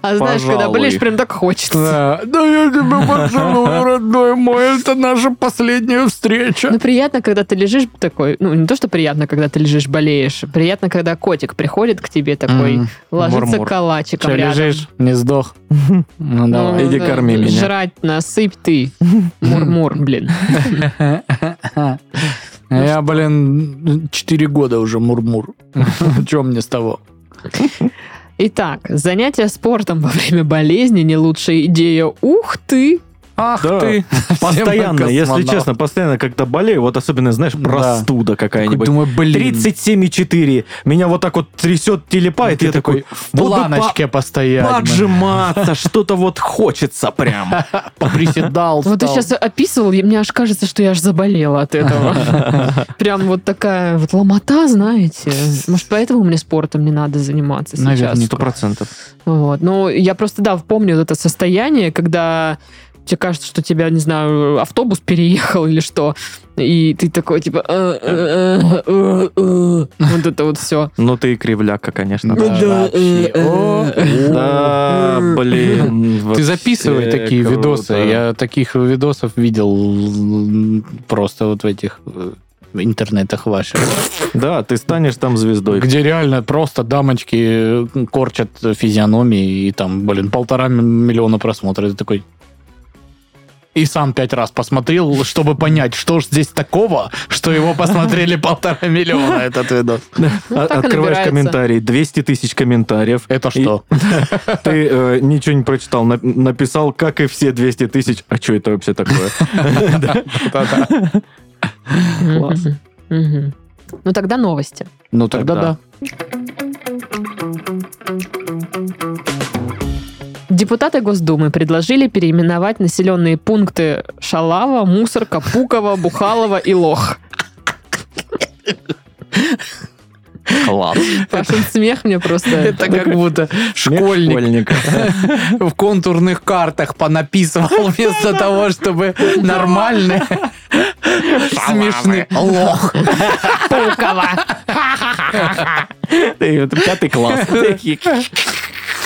A: А знаешь, когда
B: Пожалуй.
A: болеешь, прям так хочется.
C: Да, да я тебя поцелую, родной мой, это наша последняя встреча.
A: Ну, приятно, когда ты лежишь такой... Ну, не то, что приятно, когда ты лежишь, болеешь. Приятно, когда котик приходит к тебе такой,
C: Мгм.
A: ложится
B: Мур-мур.
A: калачиком
C: Че,
A: рядом.
C: лежишь, не сдох? Ну,
A: Ну,
C: давай.
B: Иди
A: да,
B: корми меня.
A: Жрать насыпь ты. Мур-мур, блин.
C: Я, блин, 4 года уже мурмур. Чем мне с того?
A: Итак, занятия спортом во время болезни не лучшая идея. Ух ты!
C: Ах
B: Да.
C: ты!
B: Постоянно,
C: Всем
B: если
C: космонавт.
B: честно, постоянно, когда болею, вот особенно, знаешь,
C: Да.
B: простуда какая-нибудь.
C: Думаю, блин.
B: 37,4. Меня вот так вот трясет,
C: И
B: телепает, и
C: ты
B: я Ну, такой,
C: такой в планочке постоянно.
B: поджиматься, что-то вот хочется прям.
C: Поприседал.
A: Вот ты
C: стал.
A: сейчас описывал, и мне аж кажется, что я аж заболела от этого. Прям вот такая вот ломота, знаете. Может, поэтому мне спортом не надо заниматься сейчас.
C: Наверняка.
B: Сто процентов.
A: Вот. Ну, я просто, да, помню вот это состояние, когда тебе кажется, что тебя, не знаю, автобус переехал или что, и ты такой, типа, «Э, э, э, э, э». вот это вот все.
B: Ну ты и кривляка, конечно.
A: Да,
C: вообще.
A: э,
C: О,
A: э,
B: Да,
A: М.
B: блин.
C: Ты
B: вообще
C: записывай такие
B: круто.
C: видосы. Я таких видосов видел м, просто вот в этих э, интернетах ваших.
B: Да, ты станешь там звездой.
C: Где реально просто дамочки э, корчат физиономии, и там, блин, полтора м- миллиона просмотров. Ты такой... И сам пять раз посмотрел, чтобы понять, что ж здесь такого, что его посмотрели полтора миллиона этот видос.
A: Ну,
B: О-
A: так и
B: Открываешь
A: набирается.
B: комментарий, 200 тысяч комментариев.
C: Это что?
B: Ты э, ничего не прочитал, нап- написал, как и все 200 тысяч. А что это вообще такое?
C: Да-да.
B: Класс.
A: Мгм. Ну, тогда новости.
C: Ну тогда
B: Тогда.
C: да.
A: Депутаты Госдумы предложили переименовать населенные пункты Шалава, Мусорка, Пукова, Бухалова и Лох.
C: Класс.
A: Пашин смех мне просто...
C: Это как будто школьник в контурных картах понаписывал вместо того, чтобы нормальный смешный лох.
A: Пукова.
B: Ты, это Пятый класс.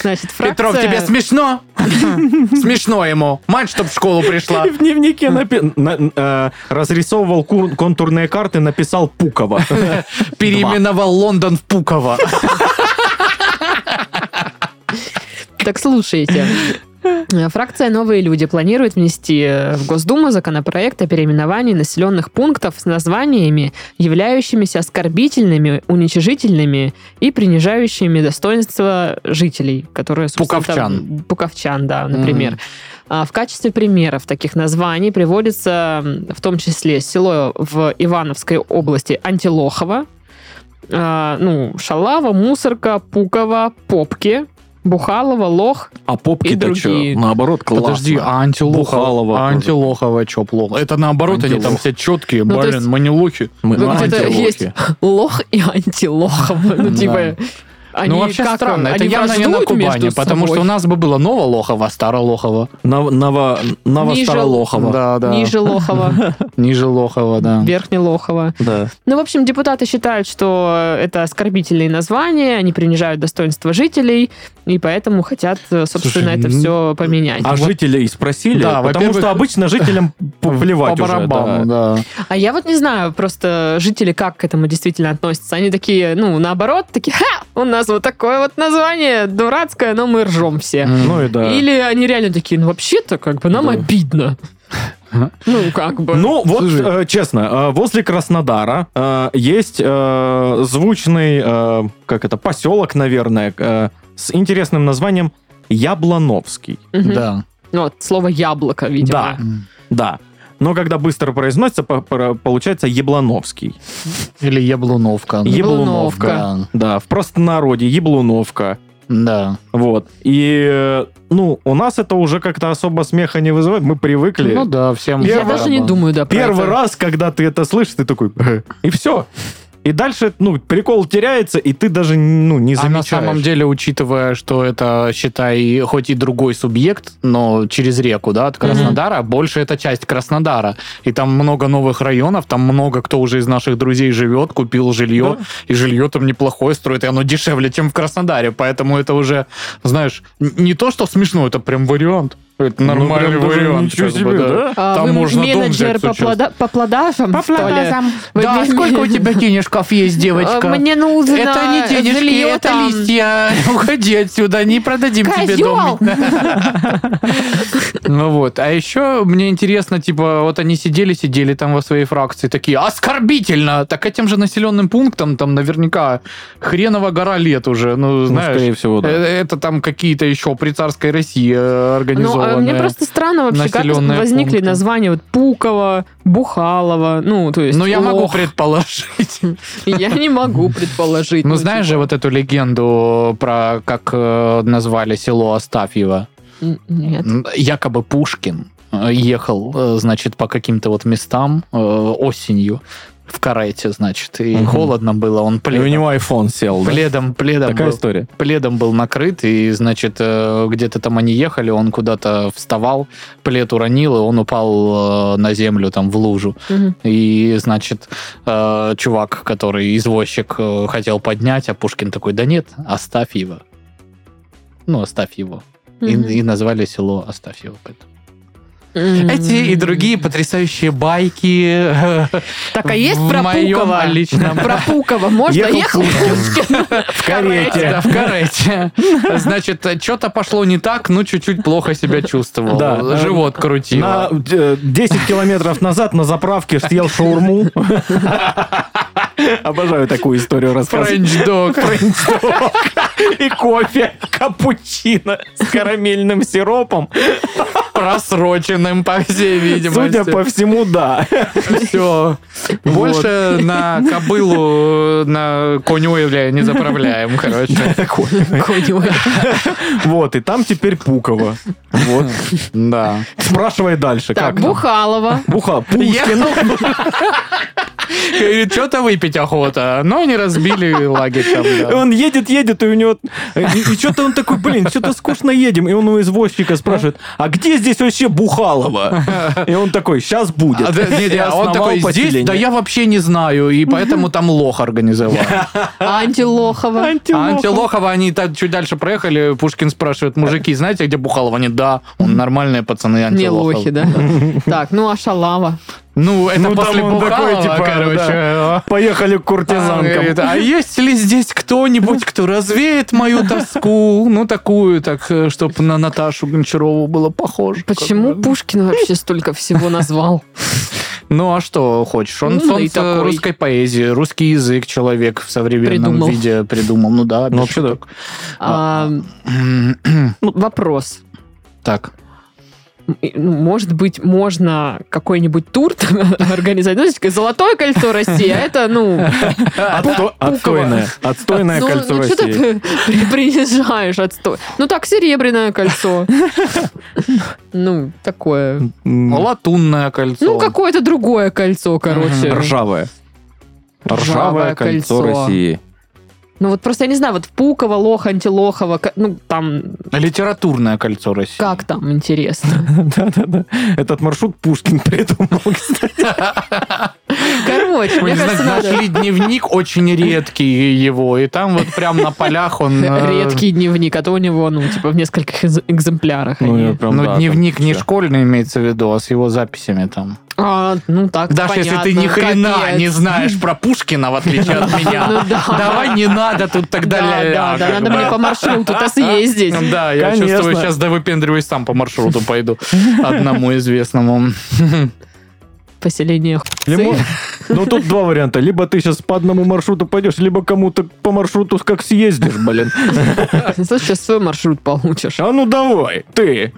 A: Значит, фракция...
C: Петров, тебе смешно? Смешно ему. Мать, чтоб в школу пришла.
B: И в дневнике напи- на- э, разрисовывал кур- контурные карты, написал Пукова.
C: Переименовал Лондон в Пуково.
A: Так слушайте. Э, Фракция «Новые люди» планирует внести э, в Госдуму законопроект о переименовании населенных пунктов с названиями, являющимися оскорбительными, уничижительными и принижающими достоинство жителей, которые... собственно,
C: Пуковчан.
A: там- Пуковчан, да, например.
C: Мгм.
A: А В качестве примеров таких названий приводится м, в том числе село в Ивановской области Антилохово, а, ну, Шалава, Мусорка, Пукова, Попки, Бухалова, Лох.
B: А
A: И
B: попки-то что?
A: другие.
B: Наоборот, классно.
C: Подожди, а Антилохова?
B: Бухалова
C: А
B: тоже.
C: Антилохова чё, плохо? Это наоборот, они там
B: Антилох.
C: все четкие.
A: Ну, то есть-
C: Блин, мы не лохи.
B: Мы
A: Ну, где-то
B: антилохи.
A: есть Лох и Антилохово. Ну,
C: Да.
A: типа... Они
C: ну, вообще
A: как,
C: странно, это
A: они
C: явно не
A: враждуют
C: на Кубани,
A: между
C: потому
A: собой?
C: что у нас бы было Новолохово, Старолохово.
B: Нов- Ново... Новостаролохово.
C: Да, да.
A: Ниже Лохова,
C: Ниже Лохова, да.
A: Верхне Лохова.
B: Да.
A: Ну, в общем, депутаты считают, что это оскорбительные названия, они принижают достоинство жителей, и поэтому хотят, э, собственно,
C: Слушай,
A: это
C: ну,
A: все поменять.
B: А жителей спросили?
C: Да,
B: потому
C: во-первых,
B: что обычно жителям плевать
C: По
B: уже.
C: барабану,
B: да.
C: да.
A: А я вот не знаю, просто жители как к этому действительно относятся. Они такие, ну, наоборот, такие, ха, у нас вот такое вот название дурацкое, но мы ржем все.
C: М.
B: Ну и да.
A: Или они реально такие, ну, вообще-то, как бы, нам
B: Да.
A: обидно. Ну, как бы.
B: Ну, вот,
C: Слушай.
B: э, честно, э, возле Краснодара э, есть э, звучный, э, как это, поселок, наверное, э, с интересным названием Яблоновский.
A: Мгм.
C: Да.
A: Ну, Вот, слово яблоко, видимо.
B: Да. Да. Но когда быстро произносится, по- про- получается Яблоновский.
C: Или Яблуновка.
A: Яблуновка.
C: Да.
B: Да, в простонародье Яблуновка.
C: Да.
B: Вот. И, э, ну, у нас это уже как-то особо смеха не вызывает. Мы привыкли.
C: Ну да, всем
B: Я
A: Я
B: Первый-
A: даже не
C: барабан.
A: думаю, да, про
B: Первый
A: это.
B: раз, когда ты это слышишь, ты такой, «Э». и все. И дальше, ну, прикол теряется, и ты даже, ну, не
C: А на
B: замечаешь.
C: самом деле, учитывая, что это, считай, хоть и другой субъект, но через реку, да, от Краснодара, больше это часть Краснодара. И там много новых районов, там много кто уже из наших друзей живет, купил жилье, и жилье там неплохое строит, и оно дешевле, чем в Краснодаре. Поэтому это уже, знаешь, н- не то, что смешно, это прям вариант. Это
B: Ну,
C: нормальный
B: прям даже
C: вариант.
B: ничего
C: как бы,
B: себе,
C: да.
B: да? Ну,
A: А
C: Там
A: вы
C: можно дом
A: менеджер
C: взять
A: по,
C: сейчас.
A: плода- по плодажам, что ли? Вы
C: Да,
A: мне-
C: сколько у тебя денежков есть, девочка?
A: Э, Мне нужно
C: Это не денежки,
A: жилье
C: это
A: там.
C: листья. Уходи отсюда, не продадим тебе
A: Козёл!
C: дом.
A: э,
C: Ну вот. А еще мне интересно, типа, вот они сидели-сидели там во своей фракции, такие, оскорбительно! Так этим же населенным пунктом там наверняка хренова гора лет уже, ну,
B: Ну,
C: знаешь.
B: скорее всего,
C: э,
B: да.
C: Это там какие-то еще при царской России э,
A: Ну,
C: организованы.
A: Мне
C: населенная.
A: просто странно вообще, как
C: населенные
A: возникли
C: пункты.
A: названия вот Пукова, Бухалова, ну, то есть...
C: Ну, я могу
A: Лох.
C: предположить.
A: Я не могу предположить.
C: Ну, знаешь же
A: типа,
C: вот эту легенду про, как э, назвали село Астафьево?
A: н- Нет.
C: М, Якобы Пушкин э, ехал, э, значит, по каким-то вот местам э, осенью в карете, значит, и
B: Мгм.
C: холодно было, он
B: И у
C: пледом,
B: него iPhone сел, да?
C: пледом, пледом
B: Такая
C: был,
B: история.
C: пледом был накрыт, и, значит, э, где-то там они ехали, он куда-то вставал, плед уронил, и он упал э, на землю, там, в лужу.
A: Мгм.
C: И, значит, э, чувак, который извозчик, э, хотел поднять, а Пушкин такой, да нет, оставь его. Ну, оставь его. И,
A: Мгм.
C: и назвали село Астафьево. поэтому.
A: М.
C: Эти и другие потрясающие байки. э,
A: Так, а есть
C: в
A: про
C: моем
A: Пукова?
C: личном-
A: Про Пукова можно Ну, ехал
B: Ехал
A: Пушкин?
C: В
A: карете.
C: Да, в карете. Значит, что-то пошло не так, ну, чуть-чуть плохо себя чувствовал.
B: Да.
C: Живот
B: На
C: крутило.
B: э, 10 километров назад на заправке съел шаурму. Обожаю такую историю рассказывать.
C: Френч-дог.
B: И кофе, капучино с карамельным сиропом.
C: Просроченным, по всей видимости.
B: Судя по всему, да.
C: Все. Больше на кобылу, на конюэля не заправляем, короче.
B: Вот, и там теперь Пукова. Вот.
C: Да.
B: Спрашивай дальше.
A: Так,
B: как там?
A: Бухалова.
B: Буха, Пушкин.
C: И что-то выпить охота. Но не разбили лагерь там, да.
B: Он едет, едет, и у него... э, И, что-то он такой, блин, что-то скучно едем. И он у извозчика спрашивает, а где здесь вообще Бухалова? И он такой, сейчас будет.
C: А, да, не, не,
B: И
C: а он
B: основал
C: такой, здесь,
B: поселение.
C: да я вообще не знаю, и поэтому там лох организовал.
A: Антилохова.
C: А Антилохова, они так чуть дальше проехали, Пушкин спрашивает, мужики, знаете, где Бухалова? Они, да, он нормальные пацаны,
A: Не
C: Антилохов.
A: лохи, да. Так, ну а Шалава.
C: Ну, это
B: Ну, там
C: после
B: он такой,
C: Бухалова,
B: типа,
C: короче.
B: Поехали к
C: А, он говорит,
B: куртизанкам.
C: а есть ли здесь кто-нибудь, кто развеет мою тоску? Ну, такую, так, чтобы на Наташу Гончарову было похоже.
A: Почему
C: Как бы.
A: Пушкин вообще столько всего назвал?
C: Ну, а что хочешь? Он
A: Ну, да и
C: фонд э,
A: такой.
C: русской поэзии, русский язык человек в современном
A: Придумал.
C: виде придумал. Ну да,
B: Ну,
C: без
B: вообще
C: шуток.
A: А, ну, Вопрос.
C: Так.
A: И, ну, Может быть, можно какой-нибудь тур там организовать? Ну, знаете, Золотое кольцо России, а это, ну,
B: Отсто- Отстойное. Отстойное
A: ну,
B: кольцо
A: ну, что ты
B: России.
A: при- приезжаешь отстой? Ну, так, серебряное кольцо. Ну, такое.
B: М,
C: Латунное кольцо.
A: Ну, какое-то другое кольцо, короче.
C: Мгм.
B: Ржавое.
A: Ржавое кольцо.
B: России.
A: Ну, вот просто я не знаю, вот Пукова, Лох, Антилохова, ко- ну, там,
C: Литературное кольцо России.
A: как там, интересно.
B: Да-да-да. Этот маршрут Пушкин придумал, кстати.
A: Короче,
C: Мы,
A: мне
C: не знаю,
A: кажется, надо...
C: нашли дневник очень редкий его, и там вот прям на полях он... э,
A: Редкий дневник, а то у него, ну, типа, в нескольких экз- экземплярах они.
B: я прям,
C: ну,
B: да, там
C: дневник не
B: всё.
C: школьный имеется в виду, а с его записями там.
A: А, ну так,
C: Даже если ты
A: понятно,
C: ни хрена
A: капец.
C: не знаешь про Пушкина, в отличие от
A: Ну
C: меня,
A: да.
C: давай не надо тут тогда
A: Да, да, да, надо мне по маршруту-то съездить.
C: Да, я
B: Конечно.
C: чувствую, сейчас да выпендриваюсь, сам по маршруту пойду. Одному известному.
A: Поселение
B: Или мож- Ну, тут два варианта. Либо ты сейчас по одному маршруту пойдешь, либо кому-то по маршруту как съездишь, блин.
A: Слушай, сейчас свой маршрут получишь.
B: А ну давай, ты.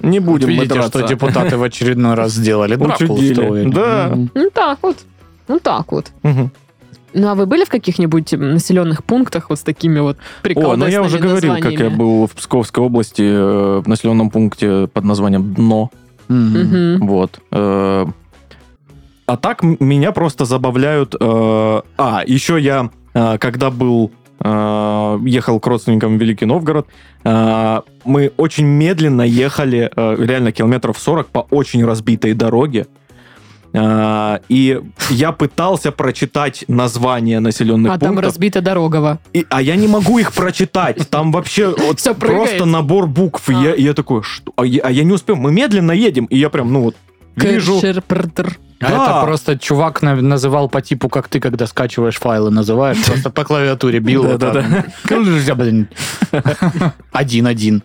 B: Не будем мы
C: Видите, что типа,
B: драться.
C: депутаты в очередной раз сделали. Драку
B: Учудили.
C: устроили.
B: Да.
C: М.
A: Ну так вот. Ну так вот.
B: Мгм.
A: Ну а вы были в каких-нибудь м, населенных пунктах вот с такими вот приколами?
B: О, ну я уже говорил, как я был в Псковской области, э, в населенном пункте под названием Дно.
C: Мгм.
B: Вот. Э, А так м- меня просто забавляют... э, А, еще я, э, когда был э, ехал к родственникам в Великий Новгород, э, мы очень медленно ехали, э, реально километров 40 по очень разбитой дороге. Э, И я пытался прочитать название населенных
A: А там
B: пунктов.
A: разбита дорогова.
B: И- а я не могу их прочитать. Там вообще вот
A: Всё прыгает.
B: просто набор букв. И Я, и я такой, что? А я, а я не успел. Мы медленно едем. И я прям, ну вот, вижу...
A: Кэшер-прдр.
C: А
B: Да.
C: это просто чувак на- называл по типу, как ты, когда скачиваешь файлы, называешь, просто по клавиатуре бил. вот
B: Да-да-да.
C: так. Блин. Один-один.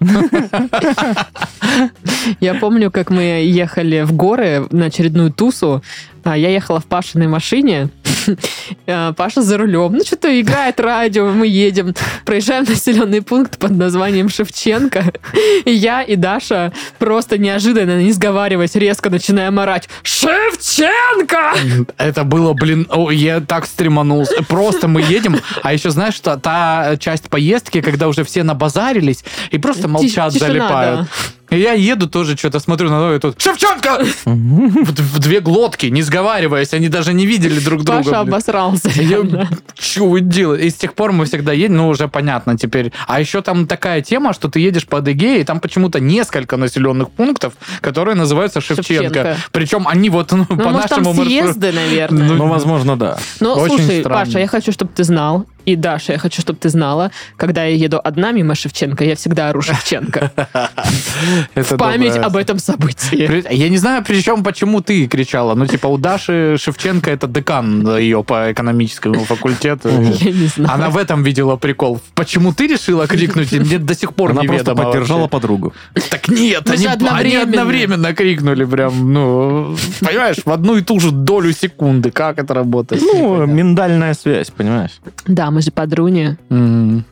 A: Я помню, как мы ехали в горы на очередную тусу. А, Я ехала в Пашиной машине. А, Паша за рулем. Ну, что-то играет радио, мы едем. Проезжаем населенный пункт под названием Шевченко. И я и Даша просто неожиданно, не сговариваясь, резко начинаем орать «Шевченко!»
C: Это было, блин, о, я так стреманулся. Просто мы едем, а еще знаешь, что та часть поездки, когда уже все набазарились и просто молчат,
A: тишина,
C: залипают. И я еду тоже что-то, смотрю на новый тут. Шевченко! В, д- в две глотки, не сговариваясь, они даже не видели друг друга.
A: Паша
C: блин.
A: обосрался.
C: Я,
A: реально.
C: что вы делаете? И с тех пор мы всегда едем, ну, уже понятно теперь. А еще там такая тема, что ты едешь по Адыгее, и там почему-то несколько населенных пунктов, которые называются Шевченко.
A: Шевченко.
C: Причем они вот ну,
A: Ну,
C: по
A: может, там
C: нашему маршруту.
A: съезды, наверное.
B: Ну, возможно, да.
A: Ну,
C: Очень
A: слушай,
C: странно.
A: Паша, я хочу, чтобы ты знал, и Даша, я хочу, чтобы ты знала, когда я еду одна мимо Шевченко, я всегда ору Шевченко.
C: Это
A: В память
C: доброе.
A: об этом событии.
C: При- Я не знаю, причем почему ты кричала. Ну, типа, у Даши Шевченко это декан ее по экономическому факультету.
A: Я не знаю.
C: Она в этом видела прикол. Почему ты решила крикнуть? И Мне до сих пор
B: Она просто
C: неведомо
B: поддержала подругу.
C: вообще. Так нет,
A: Мы
C: они,
A: же
C: они
A: одновременно.
C: одновременно крикнули прям, ну, понимаешь, в одну и ту же долю секунды. Как это работает?
B: Ну, миндальная связь, понимаешь?
A: Да, мы же подруни.
C: М.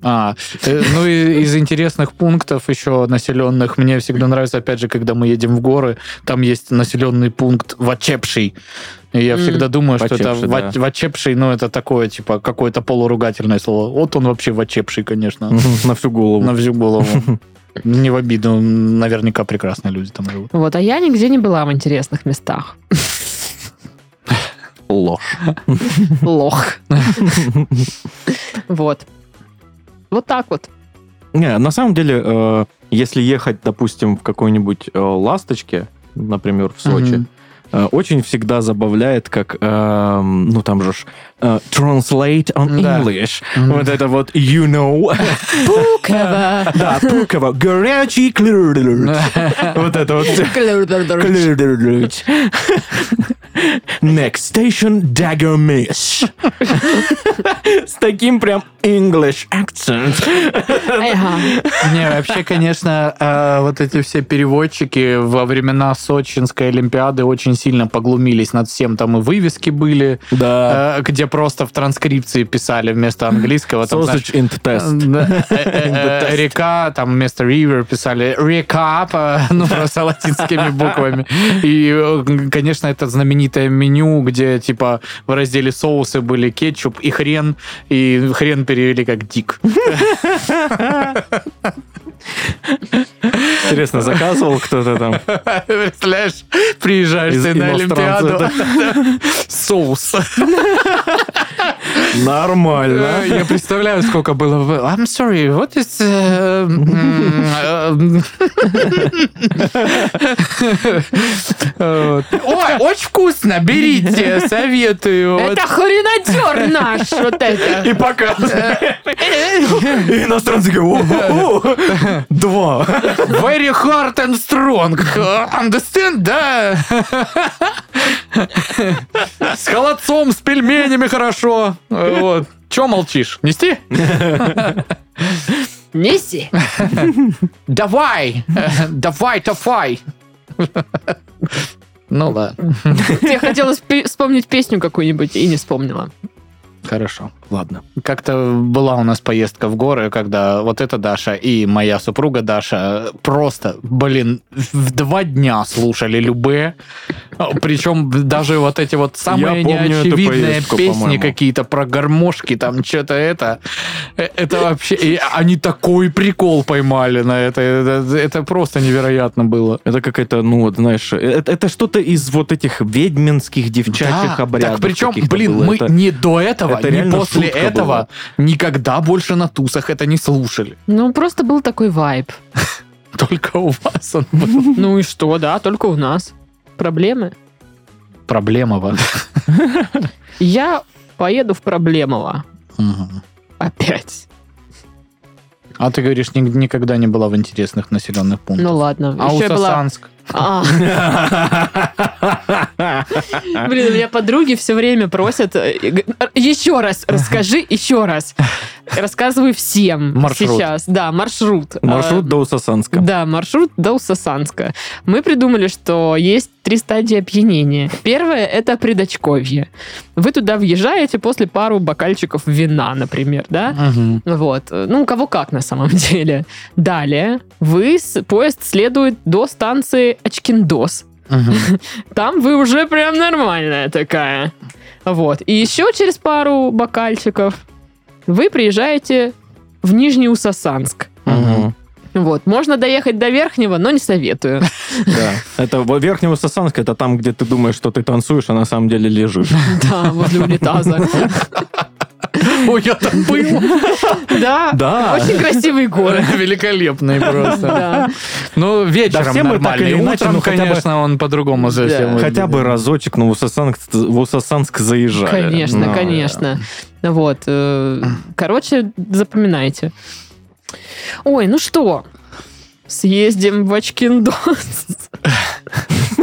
C: А, э, ну и из интересных пунктов еще населенных, мне всегда нравится, опять же, когда мы едем в горы, там есть населенный пункт Вачепший. И я
A: М.
C: всегда думаю, что это
B: Вачепший,
C: Ва-
B: да.
C: Вачепший, ну это такое, типа, какое-то полуругательное слово. Вот он вообще Вачепший, конечно,
B: На всю голову.
C: на всю голову. Не в обиду, наверняка прекрасные люди там живут.
A: Вот, а я нигде не была в интересных местах.
B: Ложь.
A: Лох. Вот. Вот так вот.
B: Не, на самом деле, э, если ехать, допустим, в какой-нибудь э, ласточке, например, в Сочи,
C: Мгм.
B: э, очень всегда забавляет, как, эм, ну там же ж, э, translate on
C: Да.
B: English.
C: Мгм.
B: Вот это вот you know.
A: Пукова.
B: Да, Пуково. Горячий клюр. Вот это вот всё. Клюр-клюр-клюр. Next station Dagger Miss. С таким прям English accent.
A: Ага.
C: Не, вообще, конечно, э, вот эти все переводчики во времена Сочинской Олимпиады очень сильно поглумились над всем. Там и вывески были,
B: Да.
C: э, где просто в транскрипции писали вместо английского. Там,
B: Э, Sausage in the test.
C: знаешь, э, э, э, Река, там вместо river писали река, по- ну просто латинскими буквами. И, э, конечно, это знаменитое меню, где типа в разделе соусы были кетчуп и хрен, и хрен перевели как дик. Э,
B: Интересно, заказывал кто-то там?
C: Представляешь, приезжаешь
B: Из
C: ты на
B: иностранцев,
C: Олимпиаду, соус.
B: Нормально.
C: Я представляю, сколько было. в- I'm sorry, what is... э, м, э, Ой, очень вкусно, берите, советую. Вот.
A: Это хренадер наш, вот это.
B: И показывает. И иностранцы говорят, «О, о, о, два.
C: Very hard and strong. Understand, да? С холодцом, с пельменями хорошо. Э, Вот. Че молчишь? Нести?
A: Неси.
C: Давай! Э, Давай, давай! Ну да,
A: Тебе хотелось пе- вспомнить песню какую-нибудь и не вспомнила.
C: хорошо.
B: Ладно.
C: Как-то была у нас поездка в горы, когда вот эта Даша и моя супруга Даша просто, блин, в два дня слушали любые. Причем даже вот эти вот самые
B: Я помню эту
C: неочевидные
B: поездку,
C: песни
B: по-моему.
C: какие-то про гармошки, там что-то это. Э, Это вообще... и они такой прикол поймали на это. Это, это просто невероятно было.
B: Это какая-то, ну вот, знаешь, это, это что-то из вот этих ведьминских девчачьих
C: Да,
B: обрядов.
C: Так причем,
B: каких-то
C: блин,
B: было.
C: мы
B: Это-
C: ни до этого,
B: это
C: ни
B: реально
C: после
B: шутка
C: этого
B: была.
C: никогда больше на тусах это не слушали.
A: Ну, просто был такой вайб.
C: Только у вас он был.
A: Ну и что, да, только у нас. Проблемы.
C: Проблема вот.
A: Я поеду в Проблемово.
C: Мгм.
A: Опять.
C: А ты говоришь, ни- никогда не была в интересных населенных пунктах.
A: Ну ладно.
C: А
A: Еще я была
C: Сасанск?
A: А. Блин, у меня подруги все время просят, э, г- еще раз расскажи, еще раз. Рассказываю всем
C: Маршрут.
A: сейчас. Да, маршрут. Э,
C: а,
B: Маршрут до Усасанска.
A: Да, маршрут до Усасанска. Мы придумали, что есть три стадии опьянения. Первое – это предочковье. Вы туда въезжаете после пару бокальчиков вина, например, да?
C: Мгм.
A: Вот. Ну, у кого как на самом деле. Далее вы, с- поезд следует до станции Очкиндос.
C: Мгм.
A: Там вы уже прям нормальная такая. Вот. И еще через пару бокальчиков вы приезжаете в Нижний Усасанск.
B: Мгм.
A: Вот. Можно доехать до верхнего, но не советую.
B: Да. Это во- Верхний Усасанск, это там, где ты думаешь, что ты танцуешь, а на самом деле лежишь.
A: Да, возле унитаза.
C: Ой, я там был.
A: Да.
B: Да.
A: Очень красивый город.
C: Великолепный просто.
A: Да.
C: Ну,
B: Да
C: вечером
B: все мы так
C: нормальный.
B: или иначе,
C: Утром,
B: ну, хотя бы-
C: конечно, он по-другому совсем.
A: Да.
B: Хотя бы разочек на Усасанск, в Усасанск заезжали.
A: Конечно,
B: Ну,
A: конечно. Вот. э, Короче, запоминайте. Ой, ну что? Съездим в Очкиндос.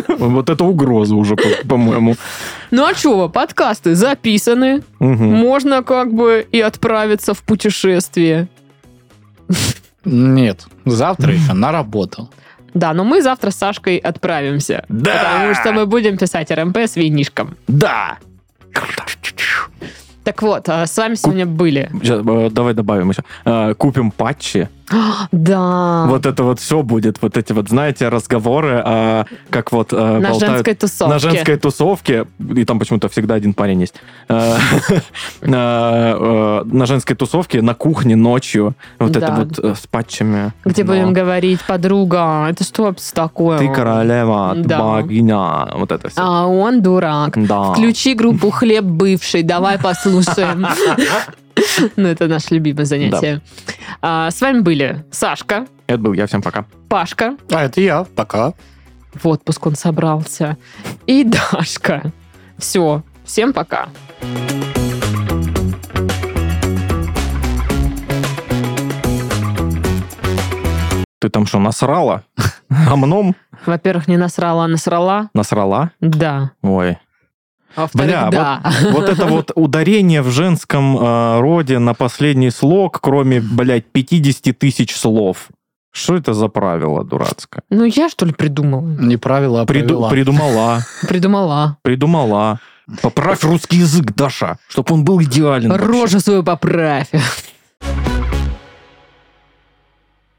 B: Вот это угроза уже, по- по-моему.
A: Ну а чего, подкасты записаны.
B: Мгм.
A: Можно как бы и отправиться в путешествие.
C: Нет, завтра еще на работу.
A: Да, но мы завтра с Сашкой отправимся. Потому что мы будем писать РМП с винишком.
B: Да!
A: Так вот, а с вами сегодня были.
B: Сейчас, э, давай добавим еще. Э, Купим патчи.
A: Да.
B: Вот это вот все будет. Вот эти вот, знаете, разговоры, а, как вот э,
A: на
B: болтают-
A: женской тусовке.
B: на женской тусовке. И там почему-то всегда один парень есть. Э, э, э, На женской тусовке, на кухне ночью. Вот это
A: Да.
B: вот э, с патчами.
A: Где
B: Но
A: будем говорить, подруга, это что вообще такое?
B: Ты королева, ты
A: Да.
B: богиня. Вот это все.
A: А он дурак.
B: Да.
A: Включи группу «Хлеб бывший», давай послушаем. Ну, это наше любимое занятие. А, С вами были Сашка,
B: Это был я. Всем пока.
A: Пашка,
C: А это я. Пока.
A: в отпуск он собрался, и Дашка. Все, всем пока.
B: Ты там что, насрала? Амном?
A: Во-первых, не насрала, а насрала.
B: Насрала?
A: Да.
B: Ой.
A: А Во-вторых,
B: Бля,
A: да.
B: Вот это вот ударение в женском э, роде на последний слог, кроме, блядь, 50 тысяч слов. Что это за правило дурацкое?
A: Ну, я, что ли, придумала?
C: Не правило, а
B: Приду-
C: правила.
B: придумала,
A: Придумала.
B: придумала. Поправь русский язык, Даша, чтобы он был идеален. вообще.
A: Рожу свою поправь.